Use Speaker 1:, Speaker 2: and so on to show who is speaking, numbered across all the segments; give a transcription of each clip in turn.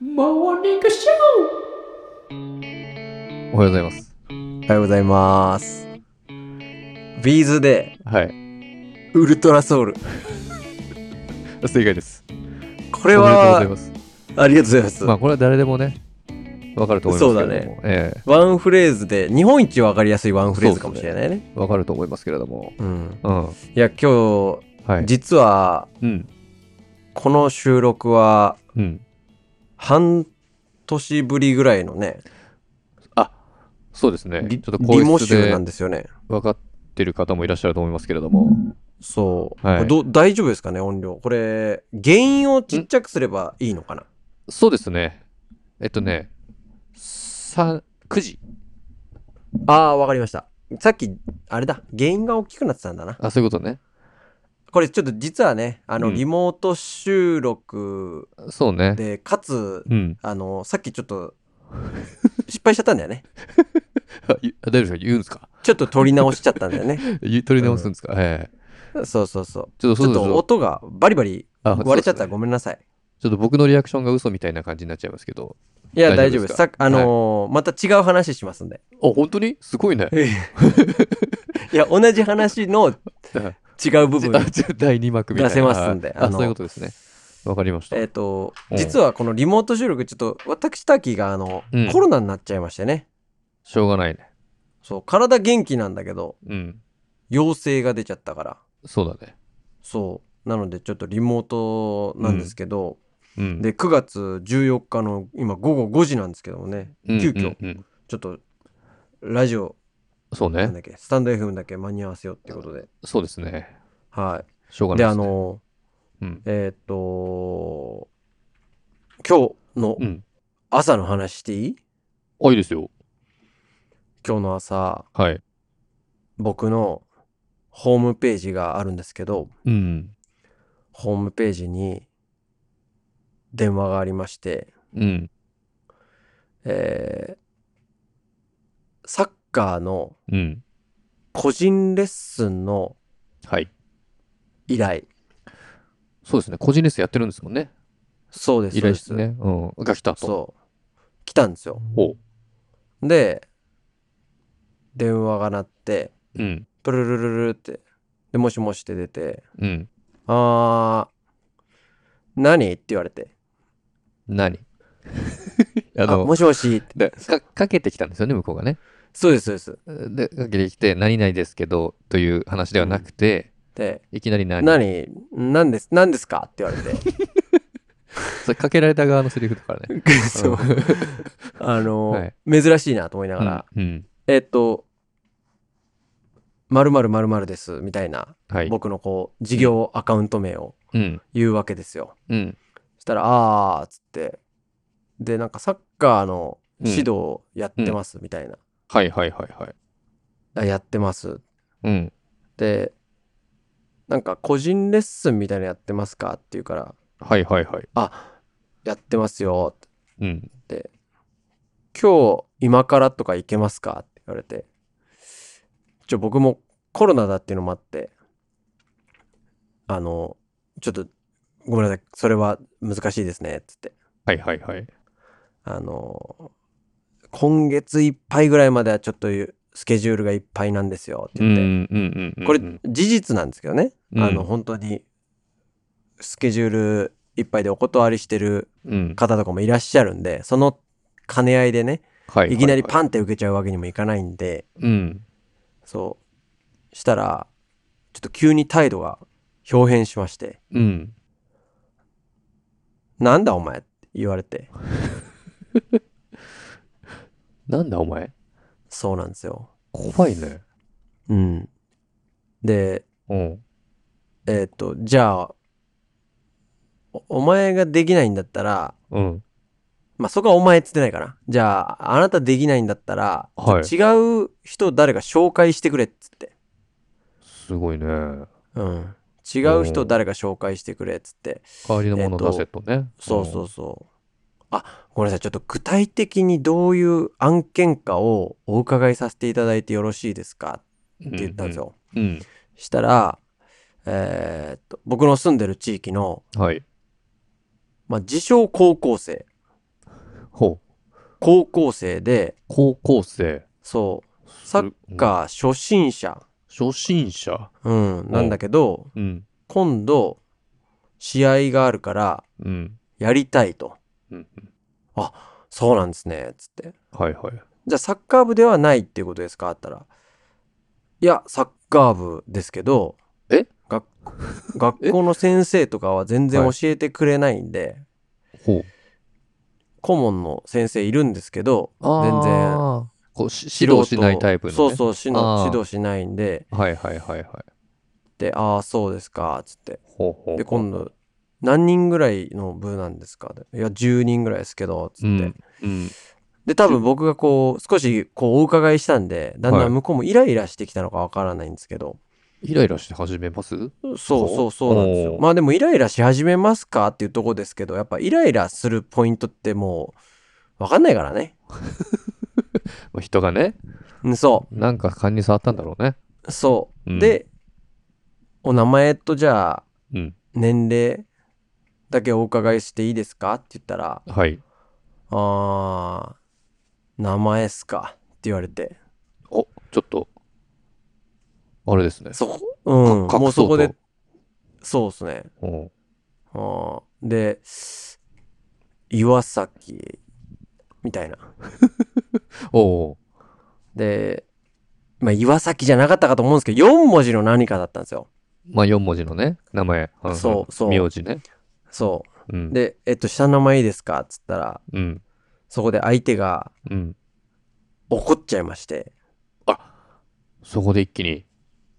Speaker 1: モーニングシ
Speaker 2: おはようございます。
Speaker 3: おはようございます。ビーズで
Speaker 2: はい。
Speaker 3: ウルトラソウル。
Speaker 2: 正解です。
Speaker 3: これ
Speaker 2: おめでとう
Speaker 3: は
Speaker 2: ございま。
Speaker 3: ありがとうございますす。
Speaker 2: まあ、これは誰でもね、わかると思いますけれども。
Speaker 3: そう
Speaker 2: え
Speaker 3: ワンフレーズで日本一わかりやすいワンフレーズかもしれないね。
Speaker 2: えわかると思いますけれども。
Speaker 3: うん。
Speaker 2: うん。
Speaker 3: いや今日、
Speaker 2: はい。
Speaker 3: 実は
Speaker 2: うん。
Speaker 3: この収録は
Speaker 2: うん。
Speaker 3: 半年ぶりぐらいのね、
Speaker 2: あそうですね。
Speaker 3: リ
Speaker 2: ちょっと
Speaker 3: リモ
Speaker 2: 皇室
Speaker 3: 集
Speaker 2: で
Speaker 3: なんですよね。
Speaker 2: 分かってる方もいらっしゃると思いますけれども。
Speaker 3: そう、
Speaker 2: はい
Speaker 3: これどう大丈夫ですかね音量これ原因をちっちゃくすればいいのかな
Speaker 2: そうですね。えっとね、三9時。
Speaker 3: ああーわかりましたさっきあれだ原因が大きくなってたんだな
Speaker 2: あ、そういうことね。
Speaker 3: これちょっと実はねあの
Speaker 2: うん
Speaker 3: リモート収録
Speaker 2: そうね。
Speaker 3: で、かつ
Speaker 2: うん。
Speaker 3: あのさっきちょっと失敗しちゃったんだよね
Speaker 2: あい大丈夫ですか言うんですか
Speaker 3: ちょっと撮り直しちゃったんだよね
Speaker 2: ゆ取り直すんですか、ええ
Speaker 3: そうそうそう
Speaker 2: ちょっと
Speaker 3: ち
Speaker 2: そ
Speaker 3: ょ
Speaker 2: うそ
Speaker 3: っ
Speaker 2: う
Speaker 3: と
Speaker 2: そう
Speaker 3: 音がバリバリ
Speaker 2: あ
Speaker 3: 割れちゃっ
Speaker 2: そ
Speaker 3: た
Speaker 2: うですね
Speaker 3: らごめんなさい
Speaker 2: ちょっと僕のリアクションが嘘みたいな感じになっちゃいますけど。
Speaker 3: いや
Speaker 2: 大
Speaker 3: 大
Speaker 2: 丈夫
Speaker 3: 丈夫
Speaker 2: ですか
Speaker 3: さあのーまた違う話しますんで
Speaker 2: あ、本当にすごいね。
Speaker 3: いや同じ話 の違う部分
Speaker 2: あじゃあ第2幕みたいな。
Speaker 3: 出せますんで
Speaker 2: あ
Speaker 3: あの
Speaker 2: そういうことですね。わかりました。
Speaker 3: えっと
Speaker 2: うん
Speaker 3: 実はこのリモート収録ちょっと私タキがあの、
Speaker 2: うん
Speaker 3: コロナになっちゃいましてね
Speaker 2: しょうがないね。
Speaker 3: そう体元気なんだけど
Speaker 2: うん。
Speaker 3: 陽性が出ちゃったから
Speaker 2: そうだね。
Speaker 3: そうなのでちょっとリモートなんですけど、
Speaker 2: うん。
Speaker 3: で9月14日の今午後5時なんですけどもね、
Speaker 2: うん
Speaker 3: 急遽
Speaker 2: うんうん
Speaker 3: ちょっとラジオ
Speaker 2: そう
Speaker 3: なん
Speaker 2: ね。
Speaker 3: だっけスタンド FM だけ間に合わせようってことで、
Speaker 2: そうですね。
Speaker 3: は
Speaker 2: しょうがな
Speaker 3: い、で
Speaker 2: い
Speaker 3: あ
Speaker 2: です、ね。
Speaker 3: の
Speaker 2: うん。
Speaker 3: えーっと今日の
Speaker 2: うん。
Speaker 3: 朝の話していい
Speaker 2: あ、いいですよ。
Speaker 3: 今日の朝
Speaker 2: はい。
Speaker 3: 僕のホームページがあるんですけど
Speaker 2: うん。
Speaker 3: ホームページに電話がありまして
Speaker 2: うん。
Speaker 3: えーサッカーの
Speaker 2: うん。
Speaker 3: 個人レッスンの
Speaker 2: はい。
Speaker 3: 依頼
Speaker 2: そうですね。個人レッスンやってるんですもんね。
Speaker 3: そうです
Speaker 2: 依頼室
Speaker 3: そうです
Speaker 2: ね。うん。が来たと。
Speaker 3: そう来たんですよ
Speaker 2: ほ
Speaker 3: で電話が鳴って
Speaker 2: う。うん。
Speaker 3: プルルルルってでもしもしって出て
Speaker 2: うん。
Speaker 3: 「あー何?」って言われて
Speaker 2: 何
Speaker 3: 「
Speaker 2: あ
Speaker 3: あ
Speaker 2: の
Speaker 3: もしもし」って
Speaker 2: でか、かけてきたんですよね、向こうがね。
Speaker 3: そうですそうです
Speaker 2: で、かけてきて、何々ですけど、という話ではなくて、
Speaker 3: で
Speaker 2: いきなり
Speaker 3: 「
Speaker 2: 何
Speaker 3: 何何です何ですか?」って言われて
Speaker 2: それかけられた側のセリフだからね。
Speaker 3: そうあの、
Speaker 2: はい
Speaker 3: 珍しいなと思いながら、
Speaker 2: うんうん。
Speaker 3: えっと、まるまるまるですみたいな、
Speaker 2: はい。
Speaker 3: 僕のこう、事業アカウント名を
Speaker 2: うん。
Speaker 3: 言うわけですよ。
Speaker 2: うん。
Speaker 3: そしたら、あーっつって、で、なんかサッカーの指導をやってますみたいな、
Speaker 2: はいはいはいはい。
Speaker 3: あやってます。
Speaker 2: うん。
Speaker 3: で、なんか個人レッスンみたいなのやってますかって言うから、
Speaker 2: はいはいはい。
Speaker 3: あやってますよ。
Speaker 2: うん。
Speaker 3: 今日、今からとか行けますかって言われて、ちょ、僕もコロナだっていうのもあって、あの、ちょっと、ごめんなさい、それは難しいですね、つって。
Speaker 2: はいはいはい。
Speaker 3: あの、今月いっぱいぐらいまではちょっとスケジュールがいっぱいなんですよ、って
Speaker 2: うん
Speaker 3: 言って。
Speaker 2: うんうん。
Speaker 3: これ、
Speaker 2: うん
Speaker 3: 事実なんですけどね。
Speaker 2: うん
Speaker 3: あの、本当に、スケジュールいっぱいでお断りしてる
Speaker 2: うん。
Speaker 3: 方とかもいらっしゃるんで、その兼ね合いでね、
Speaker 2: はい
Speaker 3: きなりパ
Speaker 2: ン。
Speaker 3: ンって受けちゃうわけにもいかないんで、
Speaker 2: うん。
Speaker 3: そう。したら、ちょっと急に態度が表変しまして、
Speaker 2: うん。
Speaker 3: なんだお前って言われて、
Speaker 2: なんだお前。
Speaker 3: そうなんですよ。
Speaker 2: 怖いね。
Speaker 3: うん。で、
Speaker 2: うん。
Speaker 3: えーっと、じゃあ、おお前ができないんだったら、
Speaker 2: うん。
Speaker 3: まあ、そこはお前っつってないかな。じゃあ、あなたできないんだったら、
Speaker 2: はい。
Speaker 3: 違う人誰か紹介してくれっつって。
Speaker 2: すごいね。
Speaker 3: うん。違う人誰か紹介してくれっつって。
Speaker 2: 代わりのもの出せとね。
Speaker 3: そうそうそう。あ、ごめんなさい。ちょっと具体的にどういう案件かをお伺いさせていただいてよろしいですか
Speaker 2: うん。
Speaker 3: って言ったんですよ。
Speaker 2: うん。
Speaker 3: したら、えーっと、僕の住んでる地域の、
Speaker 2: うん。はい。
Speaker 3: まあ、自称高校生
Speaker 2: ほう。
Speaker 3: 高校生で、
Speaker 2: 高校生。
Speaker 3: そう、サッカー初心者、
Speaker 2: 初心者。
Speaker 3: うん、なんだけど、
Speaker 2: うん。
Speaker 3: 今度、試合があるから、
Speaker 2: うん。
Speaker 3: やりたいと。
Speaker 2: うん。
Speaker 3: そうなんですね、つって。
Speaker 2: はいはい。
Speaker 3: じゃあサッカー部ではないっていうことですかあったら。いや、サッカー部ですけど、
Speaker 2: え
Speaker 3: 学学校の先生とかは全然教えてくれないんで、
Speaker 2: ほう。
Speaker 3: 顧問の先生いるんですけど、全然。
Speaker 2: 然。こう、し指導しないタイプの、ね。
Speaker 3: そうそう、指
Speaker 2: あー
Speaker 3: 導指導しないんで、
Speaker 2: はいはいはいはい。
Speaker 3: で、ああ、そうですか、つって。
Speaker 2: ほうほうほう。
Speaker 3: で、今度、何人ぐらいの部なんですかいや、10人ぐらいですけど、つって。
Speaker 2: うん。うん。
Speaker 3: で、多分僕がこう、少しこう、お伺いしたんで、だんだ
Speaker 2: はい
Speaker 3: ん向こうもイライラしてきたのかわからないんですけど、
Speaker 2: イライラして始めます
Speaker 3: そうそうそうなんですよ
Speaker 2: お。ー
Speaker 3: まあでもイライラし始めますかっていうとこですけど、やっぱイライラするポイントってもう、わかんないからね。
Speaker 2: まあ人がね、
Speaker 3: うんそ
Speaker 2: なんか勘に触ったんだろうね。
Speaker 3: う。そう。
Speaker 2: うん
Speaker 3: で、お名前とじゃあ、
Speaker 2: うん。
Speaker 3: 年齢だけお伺いしていいですかって言ったら、
Speaker 2: はい。
Speaker 3: あー、名前っすかって言われて。
Speaker 2: お、ちょっと、あれですね。
Speaker 3: そこ、うん。
Speaker 2: か
Speaker 3: もうそこ
Speaker 2: 隠
Speaker 3: で、そうですね。
Speaker 2: うん
Speaker 3: あーで、岩崎、みたいな。
Speaker 2: おう
Speaker 3: で、まあ、岩崎じゃなかったかと思うんですけど、4文字の何かだったんですよ。
Speaker 2: まあ4文字のね、名前。んん
Speaker 3: そうそう
Speaker 2: 名字ね。
Speaker 3: そ
Speaker 2: うん。
Speaker 3: う。で、えっと、下の名前いいですかっつったら、
Speaker 2: うん。
Speaker 3: そこで相手が
Speaker 2: うん。
Speaker 3: 怒っちゃいまして、
Speaker 2: そこで一気に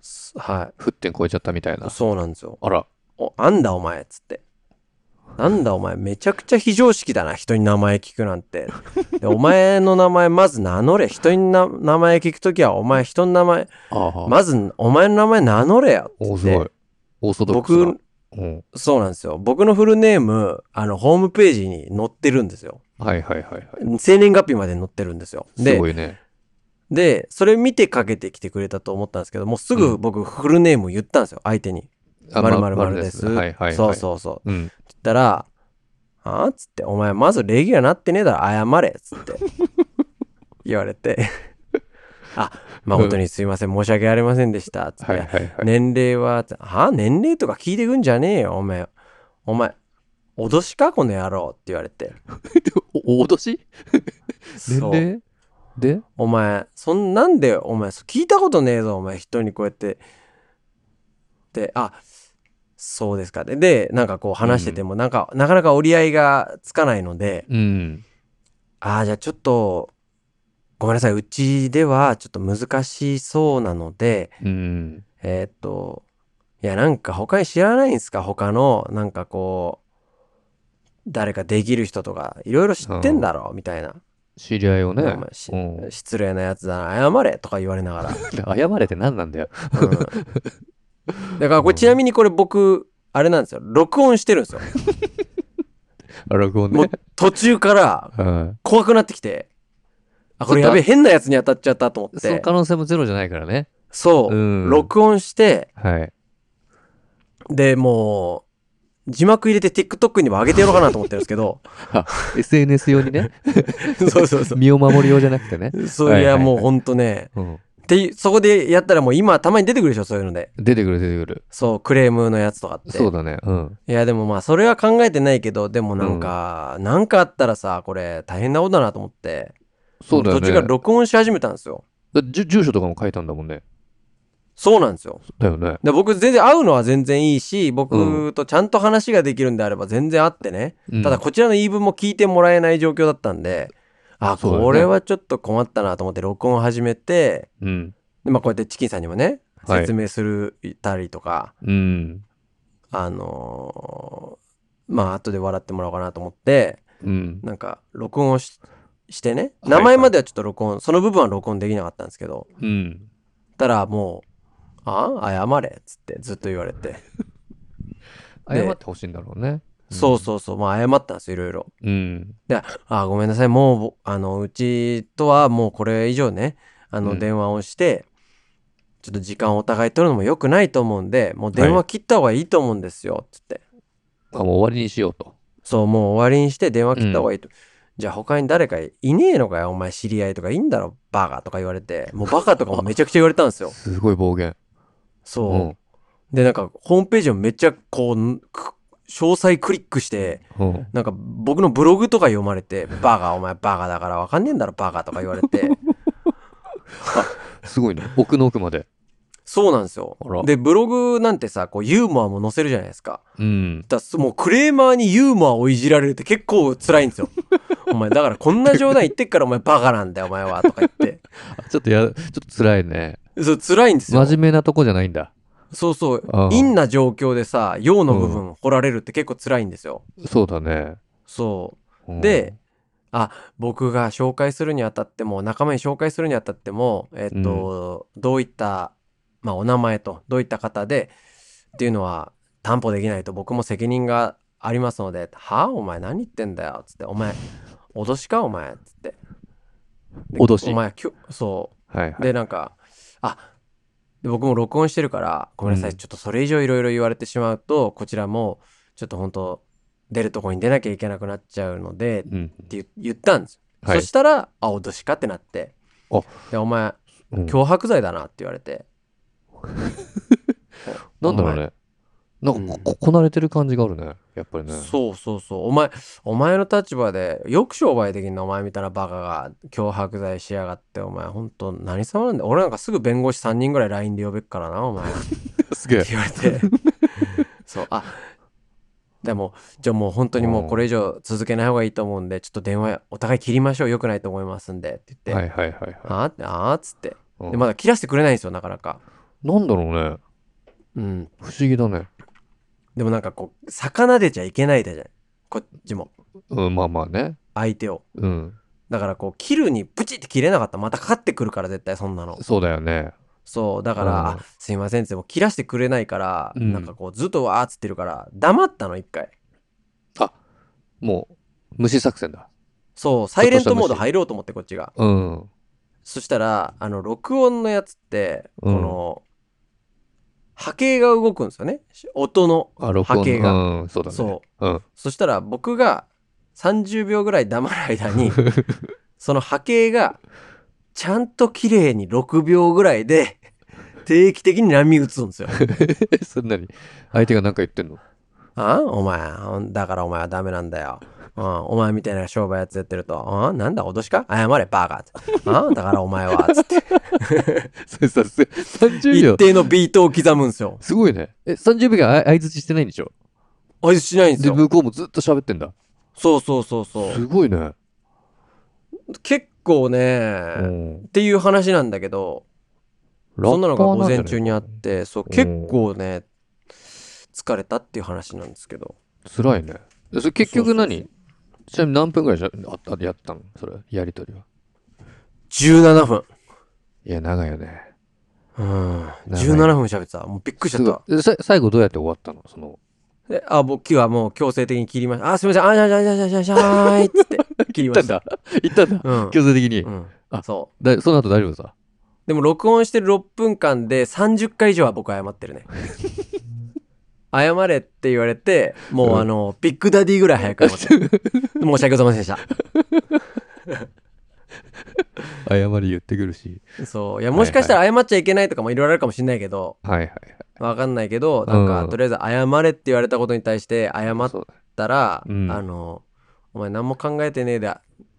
Speaker 3: すは
Speaker 2: 沸点超えちゃったみたい
Speaker 3: い。
Speaker 2: な。
Speaker 3: そうなんですよ。
Speaker 2: あら。
Speaker 3: お、あんだお前っつって。なんだお前、めちゃくちゃ非常識だな、人に名前聞くなんて。で、お前の名前まず名乗れ。人にな名前聞くときは、お前人の名前、
Speaker 2: ああ。
Speaker 3: まずお前の名前名乗れよ。
Speaker 2: おすごい。オーソドックスな。
Speaker 3: 僕、
Speaker 2: うん。
Speaker 3: そうなんですよ。僕のフルネーム、あの、ホームページに載ってるんですよ。
Speaker 2: はいはいはいはい。
Speaker 3: 生年月日まで載ってるんですよ。
Speaker 2: す
Speaker 3: で
Speaker 2: ご、いね。
Speaker 3: で、それ見てかけてきてくれたと思ったんですけど、もうす
Speaker 2: う
Speaker 3: ぐ
Speaker 2: ん
Speaker 3: 僕フルネーム言ったんですよ、相手に。
Speaker 2: あ
Speaker 3: まるまるまるです。
Speaker 2: はいはいはい。
Speaker 3: そうそうそう。って
Speaker 2: うん。
Speaker 3: 言ったら、あっつって、お前まず礼儀がなってねえだろ、謝れっつって。 言われて。あ、まあ
Speaker 2: うん
Speaker 3: 本当にすいません、申し訳ありませんでした。つって。
Speaker 2: はいはいはい。
Speaker 3: 年齢は、つは年齢とか聞いてくんじゃねえよ、お前。お前、脅しかこの野郎って言われて。
Speaker 2: お、お脅し年
Speaker 3: そう
Speaker 2: 齢で
Speaker 3: お前、そんなんで、お前、そ聞いたことねえぞ、お前、人にこうやって。で、あ、そうですか。で、で、なんかこう話してても、なんか、なかなか折り合いがつかないので、
Speaker 2: うん。
Speaker 3: ああ、じゃあちょっと、ごめんなさい、うちではちょっと難しそうなので、
Speaker 2: うん。
Speaker 3: えーっと、いや、なんか他に知らないんすか他の、なんかこう、誰かできる人とか、いろいろ知ってんだろみたいな。
Speaker 2: 知り合いをね
Speaker 3: お。前し
Speaker 2: うん
Speaker 3: 失礼なやつだな、謝れとか言われな がら。
Speaker 2: 謝れって何なんだよ。
Speaker 3: うんだからこ
Speaker 2: うん
Speaker 3: れちなみにこれ僕あれなんですよ録音してるんですよ
Speaker 2: あ録音
Speaker 3: もう
Speaker 2: ね。
Speaker 3: 途中から
Speaker 2: うん。
Speaker 3: 怖くなってきてあこれやべえ変なやつに当たっちゃったと思っ
Speaker 2: その
Speaker 3: て
Speaker 2: 可能性もゼロじゃないからね。
Speaker 3: そう、
Speaker 2: うん
Speaker 3: 録音して
Speaker 2: はい。
Speaker 3: でもう字幕入れて TikTok にも上げてやろうかなと思ってるんです けど
Speaker 2: SNS 用にね。
Speaker 3: そう そうそ
Speaker 2: 身を守る用じゃなくてね。
Speaker 3: うそ
Speaker 2: はい
Speaker 3: り
Speaker 2: はい
Speaker 3: ゃ
Speaker 2: はい
Speaker 3: もうほんとね
Speaker 2: うん。
Speaker 3: っていうそこでやったらもう今たまに出てくるでしょそういうので
Speaker 2: 出てくる出てくる。
Speaker 3: そうクレームのやつとかって
Speaker 2: そうだね。うん。
Speaker 3: いやでもまあそれは考えてないけどでもなんか、なんかあったらさこれ大変なことだなと思って
Speaker 2: そうだよね。
Speaker 3: 途中から録音し始めたんですよ
Speaker 2: だって住住所とかも書いたんだもんね。
Speaker 3: そうなんですよ
Speaker 2: だよね。
Speaker 3: で僕全然会うのは全然いいし
Speaker 2: う
Speaker 3: 僕とちゃんと話ができるんであれば全然会ってね、
Speaker 2: うん
Speaker 3: ただこちらの言い分も聞いてもらえない状況だったんであ
Speaker 2: そうだね
Speaker 3: これはちょっと困ったなと思って録音を始めて
Speaker 2: うん。
Speaker 3: で、まあ、こうやってチキンさんにもね
Speaker 2: はい
Speaker 3: 説明するいたりとか、
Speaker 2: うん。
Speaker 3: あのーまあ後で笑ってもらおうかなと思って
Speaker 2: うん。
Speaker 3: なんか録音をししてね
Speaker 2: はいは
Speaker 3: 名
Speaker 2: い
Speaker 3: 前まではちょっと録音、その部分は録音できなかったんですけど
Speaker 2: うん。
Speaker 3: たらもう「あ謝れ」っつってずっと言われて、
Speaker 2: 謝ってほしいんだろうね。
Speaker 3: そうそうそうまあ謝ったんですよいろいろ
Speaker 2: うん。
Speaker 3: で「あごめんなさいもうぼあのうちとはもうこれ以上ねあ
Speaker 2: う
Speaker 3: の
Speaker 2: ん
Speaker 3: 電話をして、ちょっと時間をお互い取るのも良くないと思うんでもう電話切った方がいいと思うんですよ」っつって
Speaker 2: あ、もう終わりにしようと。
Speaker 3: そう、もう終わりにして電話切った方がいいと。じゃあ他に誰かいねえのかよ、お前知り合いとかいいんだろ、バカとか言われて、もうバカとかもめちゃくちゃ言われたんですよ。
Speaker 2: すごい暴言。
Speaker 3: そうう。
Speaker 2: ん。
Speaker 3: で、なんかホームページをめっちゃこうん、く詳細クリックして、
Speaker 2: うん。
Speaker 3: なんか僕のブログとか読まれて、バカ、お前バカだからわかんねえんだろ、バカとか言われて、
Speaker 2: すごいね。奥の奥まで。
Speaker 3: そうなんですよ
Speaker 2: あら。
Speaker 3: で、ブログなんてさ、こうユーモアも載せるじゃないですか。
Speaker 2: うん。
Speaker 3: だからもうクレーマーにユーモアをいじられるって結構辛いんですよ。お前だからこんな冗談言ってっからお前バカなんだよお前はとか言って。
Speaker 2: あちょっとや、ちょっと辛いね。
Speaker 3: そう辛いんですよ
Speaker 2: 真。面目なとこじゃないんだ。
Speaker 3: そうそう
Speaker 2: ああ。
Speaker 3: 陰な状況でさ、陽の部分掘られるって結構辛いんですよ。
Speaker 2: そうだね。
Speaker 3: そう。
Speaker 2: うん
Speaker 3: で、あ僕が紹介するにあたっても仲間に紹介するにあたっても、えっとどういった、まあ、お名前とどういった方でっていうのは担保できないと僕も責任がありますので「はあお前何言ってんだよ」つって「お前脅しかお前」つってで
Speaker 2: 脅し
Speaker 3: お前きょそ
Speaker 2: はいは
Speaker 3: う
Speaker 2: い。
Speaker 3: でなんかあで僕も録音してるからごめんなさい、
Speaker 2: うん
Speaker 3: ちょっとそれ以上いろいろ言われてしまうとこちらもちょっと本当出るとこに出なきゃいけなくなっちゃうので
Speaker 2: うん。
Speaker 3: って言言ったんですよ、
Speaker 2: はい
Speaker 3: そしたら「あ脅しか?」ってなって
Speaker 2: あ
Speaker 3: でお前
Speaker 2: うん
Speaker 3: 脅迫罪だな」って言われて
Speaker 2: なんだろうね。なんかこ、ここなれてる感じがあるね。やっぱり
Speaker 3: お
Speaker 2: ね
Speaker 3: 前。そうそうそうお前お前の立場でよく商売できんなお前みたいなバカが脅迫罪しやがってお前本当何様なんだよ俺なんかすぐ弁護士3人ぐらい LINE で呼べっからなお前って
Speaker 2: すげえ。
Speaker 3: 言われ てそうあでもじゃあもう本当にもうこれ以上続けない方がいいと思うんでちょっと電話お互い切りましょうよくないと思いますんでって言って「
Speaker 2: はいはいはいはい。
Speaker 3: あーってあーっつって
Speaker 2: うん
Speaker 3: でまだ切らせてくれないんですよなかなか。
Speaker 2: なんだろうね。
Speaker 3: うん。
Speaker 2: 不思議だね。
Speaker 3: でもなんかこう魚でちゃいけないだじゃん。こっちも
Speaker 2: うん、まあまあね。
Speaker 3: 相手を。
Speaker 2: うん。
Speaker 3: だからこう切るにブチって切れなかったらまたかかってくるから絶対そんなの。
Speaker 2: そうだよね。
Speaker 3: そうだか
Speaker 2: うん
Speaker 3: ら「あすいません」ってもう切らしてくれないから、
Speaker 2: うん
Speaker 3: なんかこうずっとわーっつってるから黙ったの一回。
Speaker 2: もう、無視作戦だ。
Speaker 3: そうサイレントモード入ろうと思ってこっちが。
Speaker 2: うん。
Speaker 3: そしたらあの録音のやつってこ
Speaker 2: うん
Speaker 3: の、波形が動くんですよね音の。
Speaker 2: あ、録
Speaker 3: 波
Speaker 2: 音
Speaker 3: 形が
Speaker 2: うん、そうだね。
Speaker 3: そう
Speaker 2: う。ん。
Speaker 3: そしたら僕が30秒ぐらい黙る間に その波形がちゃんと綺麗に6秒ぐらいで定期的に波打つん ですよ。
Speaker 2: え、それ何相手が何か言ってんの
Speaker 3: あんお前ほんだからお前はダメなんだよ。うん、お前みたいな商売やつやってると「あんなんだ脅しか謝れバカ」って「あんだからお前は」つって
Speaker 2: それさ、す30
Speaker 3: 一
Speaker 2: 秒。
Speaker 3: 定のビートを刻むんですよ。
Speaker 2: すごいね。え、30秒間あ相づちしてないんでしょ
Speaker 3: あいつしないんです
Speaker 2: で、
Speaker 3: よ。
Speaker 2: 向こうもずっと喋ってんだ。
Speaker 3: そうそうそうそ
Speaker 2: すごいね。
Speaker 3: う。結構
Speaker 2: う
Speaker 3: ね、
Speaker 2: ん。
Speaker 3: っていう話なんだけどそんなのが午前中にあっ
Speaker 2: ラッパーなんじ
Speaker 3: て、そう、
Speaker 2: ん
Speaker 3: 結構ね、疲れたっていう話なんですけど。
Speaker 2: ゃない辛いね。えそれ結局何
Speaker 3: そう
Speaker 2: ちなみに何分ぐらいじゃああやってたのそれ、やりとりは。
Speaker 3: 17分。
Speaker 2: いや、長いよね。
Speaker 3: うん。
Speaker 2: 長い
Speaker 3: 17分喋ってた。もうびっくりしちゃった。
Speaker 2: すごいえさ最後どうやって終わったのその、
Speaker 3: で、あ、僕はもう強制的に切りました。あ、すいません。あ、じゃあじゃあじゃあじゃあじゃあじゃあーいっつって切りま
Speaker 2: 行った
Speaker 3: し
Speaker 2: ん
Speaker 3: た。
Speaker 2: だ。行ったんだ。
Speaker 3: うん。
Speaker 2: 強制的に
Speaker 3: う。ん
Speaker 2: あ。
Speaker 3: そう。
Speaker 2: だその後大丈夫さ。
Speaker 3: でも録音してる6分間で30回以上は僕謝って るね。謝れって言われて、もうあの、ビッグダディぐらい早く謝ってる。申し訳ございませんでした。
Speaker 2: 謝り言ってくるし。
Speaker 3: そう。いや、もしかしたら謝っちゃいけないとかもいろいろあるかもしれないけど、
Speaker 2: はいはいはい。
Speaker 3: わかんないけど、なんか、
Speaker 2: うん
Speaker 3: とりあえず謝れって言われたことに対して謝っ
Speaker 2: そうだ
Speaker 3: たら、
Speaker 2: うん
Speaker 3: あの、お前何も考えてねえで、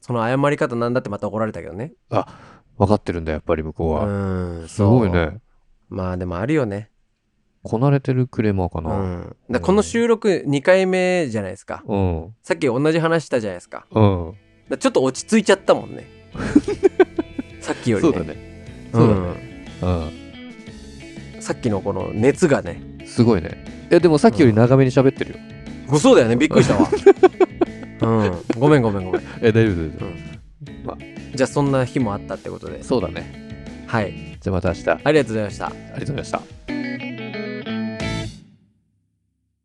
Speaker 3: その謝り方なんだってまた怒られたけどね。
Speaker 2: 分かってるんだ、やっぱり向こう
Speaker 3: う
Speaker 2: は。
Speaker 3: ん、
Speaker 2: すごい
Speaker 3: そう。
Speaker 2: ね。
Speaker 3: まあでもあるよね。
Speaker 2: こなれてるクレーマーか
Speaker 3: う
Speaker 2: な。
Speaker 3: ん。だこの収録2回目じゃないですか。
Speaker 2: うん。
Speaker 3: さっき同じ話したじゃないですか。
Speaker 2: うん。
Speaker 3: だちょっと落ち着いちゃった もんね。さっきより
Speaker 2: そう
Speaker 3: ね。
Speaker 2: だね。
Speaker 3: うん
Speaker 2: そうだう
Speaker 3: さっきのこの熱がね。
Speaker 2: ん。すごいね。いや、でもさっきより長めに喋ってるよ。
Speaker 3: そうだよね。びっくりした わ。うん。ごめんごめんごめん。
Speaker 2: え、大丈夫、大丈
Speaker 3: じゃあそんな日もあったってことで
Speaker 2: 夫。。そうだね。
Speaker 3: はい。
Speaker 2: じゃあまた明日。ありが
Speaker 3: ありがとうございました。
Speaker 2: とうございました。